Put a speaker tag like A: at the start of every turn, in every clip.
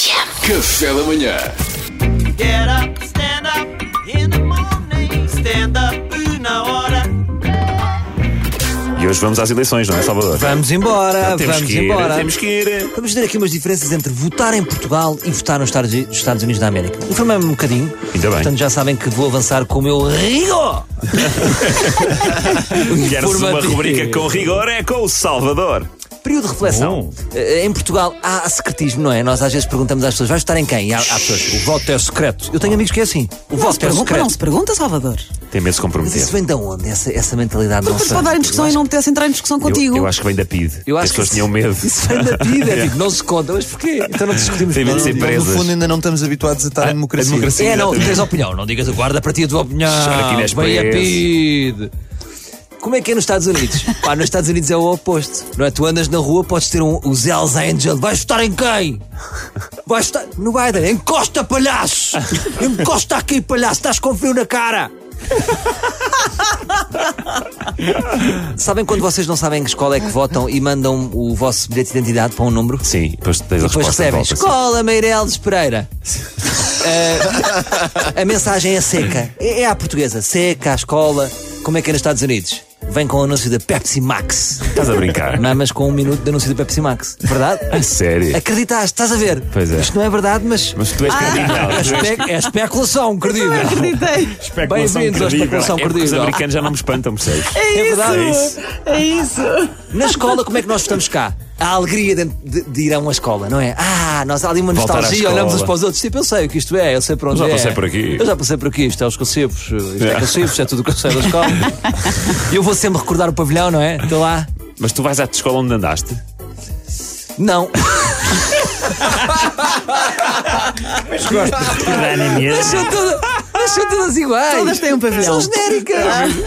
A: Café da manhã.
B: Get up, stand up in the morning. Stand up na hora.
C: E hoje vamos às eleições, não é, Salvador?
D: Vamos embora,
C: Temos
D: vamos
C: que ir,
D: embora.
C: temos que ir.
D: Vamos ver aqui umas diferenças entre votar em Portugal e votar nos Estados, nos Estados Unidos da América. Informei-me um bocadinho.
C: Ainda bem.
D: Portanto, já sabem que vou avançar com o meu rigor.
C: Queres uma
D: Informativo.
C: rubrica com rigor é com o Salvador.
D: Período de reflexão.
C: Bom.
D: Eh, Em Portugal há secretismo, não é? Nós às vezes perguntamos às pessoas, vais votar em quem? E há, há pessoas, o voto é secreto.
C: Oh.
D: Eu tenho amigos que é assim. O voto é
E: Pergunta, não
D: secreto.
E: se pergunta, Salvador.
C: Tem medo de se
D: Mas
C: comprometer.
D: isso é vem de onde? Essa, essa mentalidade
E: Porque
D: não
E: se
D: sei.
E: pode dar em discussão
D: Eu
E: e
D: acho-
E: não me pudesse entrar em discussão contigo.
C: Eu, eu acho que vem da PID.
D: eu
C: que as
D: acho que
C: pessoas
D: isso-
C: tinham medo.
D: Isso vem da vida, é tipo, não se conta, mas porquê? Então não discutimos
C: Tem medo de
D: nada.
C: ser
F: Nós,
C: presas.
F: no fundo, ainda não estamos habituados a estar em democracia.
C: A democracia,
D: É, não, tu
C: exatamente.
D: tens opinião, não digas guarda para ti a tua opinião.
C: Olha que Inês
D: Bem a
C: Paes.
D: PIDE. Como é que é nos Estados Unidos? Pá, nos Estados Unidos é o oposto. Não é? Tu andas na rua, podes ter um, os Hells Angel. Vais votar em quem? Vais votar no Biden. Encosta, palhaço! Encosta aqui, palhaço! Estás com frio na cara! sabem quando vocês não sabem em que escola é que votam e mandam o vosso bilhete de identidade para um número?
C: Sim, depois tens a
D: Depois
C: resposta. de
D: recebem
C: volta, sim.
D: Escola Meireles Pereira. Eh, a mensagem é seca. É, é à portuguesa. Seca, à escola. Como é que é nos Estados Unidos? Vem com o anúncio da Pepsi Max.
C: Estás a brincar.
D: Não, é, mas com um minuto de anúncio da Pepsi Max. Verdade?
C: A sério.
D: Acreditaste, estás a ver?
C: Ah, Pois é.
D: Isto não é verdade, mas.
C: Mas tu és credível.
D: É, espe- é especulação, credível.
E: Acreditei.
C: Especulação
D: Bem-vindos à
C: credível.
D: especulação
C: É porque Os
D: credível.
C: americanos já não me espantam, percebes?
D: É verdade.
C: É isso.
E: É isso.
D: Na escola, como é que nós estamos cá? A alegria de, de- de ir a uma escola, não é? Ah, nós há ali uma
C: Voltar à
D: nostalgia,
C: escola.
D: olhamos uns para os outros, tipo, eu sei o que isto é, eu sei para onde
C: Eu já
D: é.
C: passei por aqui.
D: Eu já passei por aqui, isto é os cacifos, isto é cacifos, é tudo o que eu sei da escola. E eu vou sempre recordar o pavilhão, não é? Estou lá.
C: Mas tu vais à escola onde andaste?
D: Não. São, toda- mas são todas iguais.
E: Todas têm um pavilhão.
D: São
E: É
D: genéricas.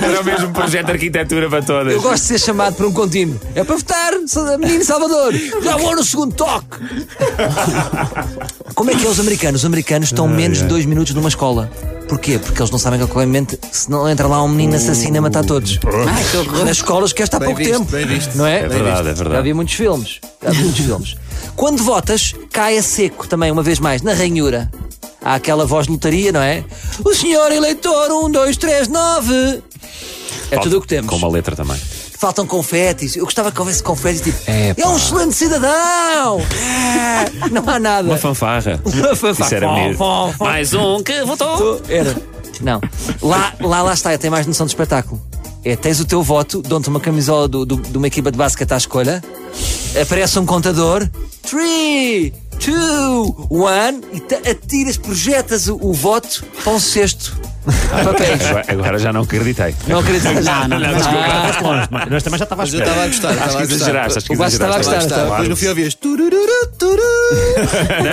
C: Era o mesmo projeto de arquitetura para todas.
D: Eu gosto de ser chamado por um contínuo. É para votar, Sa- menino Salvador. Já vou no segundo toque. Como é que é os americanos? Os americanos
C: Ah,
D: estão menos
C: é.
D: de dois minutos numa escola. Porquê? Porque eles não sabem é que, obviamente, se não entra lá um menino assassino a matar todos. Ai, que horror. Nas escolas que esta há
F: Bem
D: pouco
F: visto,
D: tempo.
F: bem visto.
D: Não é?
C: É verdade, é verdade.
D: Já vi muitos filmes. Já vi muitos filmes. Quando votas, cai a seco também, uma vez mais, na ranhura. Há aquela voz de lotaria, não é? O senhor eleitor, um, dois, três, nove. É tudo o que temos
C: Com uma letra também.
D: faltam confetes. Eu gostava que houvesse confetes tipo. É, um excelente cidadão! É, não há nada.
C: Uma fanfarra.
D: Uma fanfarra.
C: Isso era
D: Fom,
C: bonito.
D: fom, fom.
C: Mais um que votou.
D: Era. Não. Lá, lá, lá está, tem mais noção de espetáculo. É, tens o teu voto, dão-te uma camisola do, do- de uma equipa de basquete à escolha, aparece um contador, 3, 2, 1, e te- atiras, projetas o, o voto para um cesto. de Papéis.
C: Agora- Agora já não acreditei.
D: Não acreditas?
C: não, desculpa, estás longe, mas nós também já estava a
F: Mas eu estava a gostar. estava
C: Acho que
F: a gostar.
C: exageraste, acho que
D: O Vasco estava a
C: exageraste.
F: Estava,
D: gostar, estava.
F: Depois no fim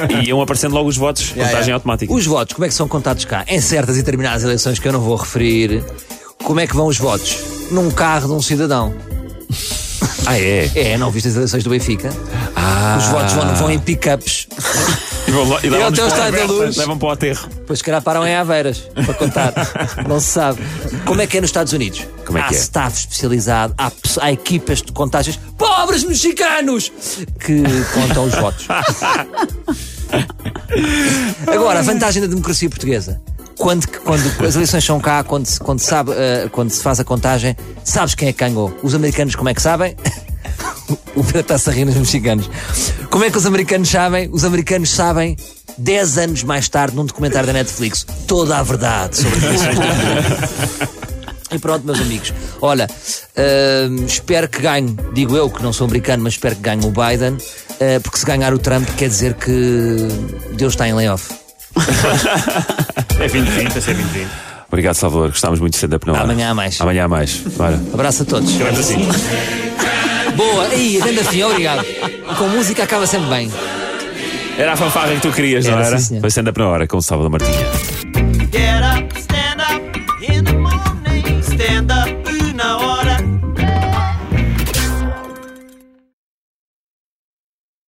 F: ouvias.
C: E iam aparecendo logo os votos, contagem
F: yeah.
C: automática.
D: Os votos, como é que são contados cá? Em certas e determinadas eleições que eu não vou referir, como é que vão os votos? Num carro de um cidadão.
C: Ah, é?
D: É, não viste as eleições do Benfica? Os votos vão, vão em pick-ups.
C: E vão lá- e levam-nos
D: até o
C: para
D: estádio da
C: Alverca,
D: Luz.
C: Levam para o aterro.
D: Depois, se calhar, param em Aveiras para contar. não se sabe. Como é que é nos Estados Unidos?
C: Como é
D: há
C: que é?
D: staff especializado, há, pesso- há equipas de contagens. Pobres mexicanos! Que contam os votos. Agora, a vantagem da democracia portuguesa. Quando, quando as eleições são cá, quando se, quando, se sabe, eh, quando se faz a contagem, sabes quem é que ganhou. Os americanos, como é que sabem? o Pedro está-se a rir nos mexicanos. Como é que os americanos sabem? Os americanos sabem, 10 anos mais tarde, num documentário da Netflix, toda a verdade sobre isso. E pronto, meus amigos. Olha, hum, espero que ganhe, digo eu que não sou americano, mas espero que ganhe o Biden, eh, porque se ganhar o Trump quer dizer que Deus está em layoff.
C: É 2020, é 2020. Obrigado, Salvador. Gostámos muito de stand-up na hora.
D: Amanhã há mais.
C: Amanhã há mais. Bora.
D: Abraço a todos.
C: Tivemos assim.
D: Boa, aí, grande fim, obrigado. Com música acaba sempre bem.
C: Era a fanfarra que tu querias, não
D: Era,
C: era?
D: sim, senhor.
C: Foi stand-up na hora com o Salvador Martinha.
B: Get up, stand up in the morning. Stand up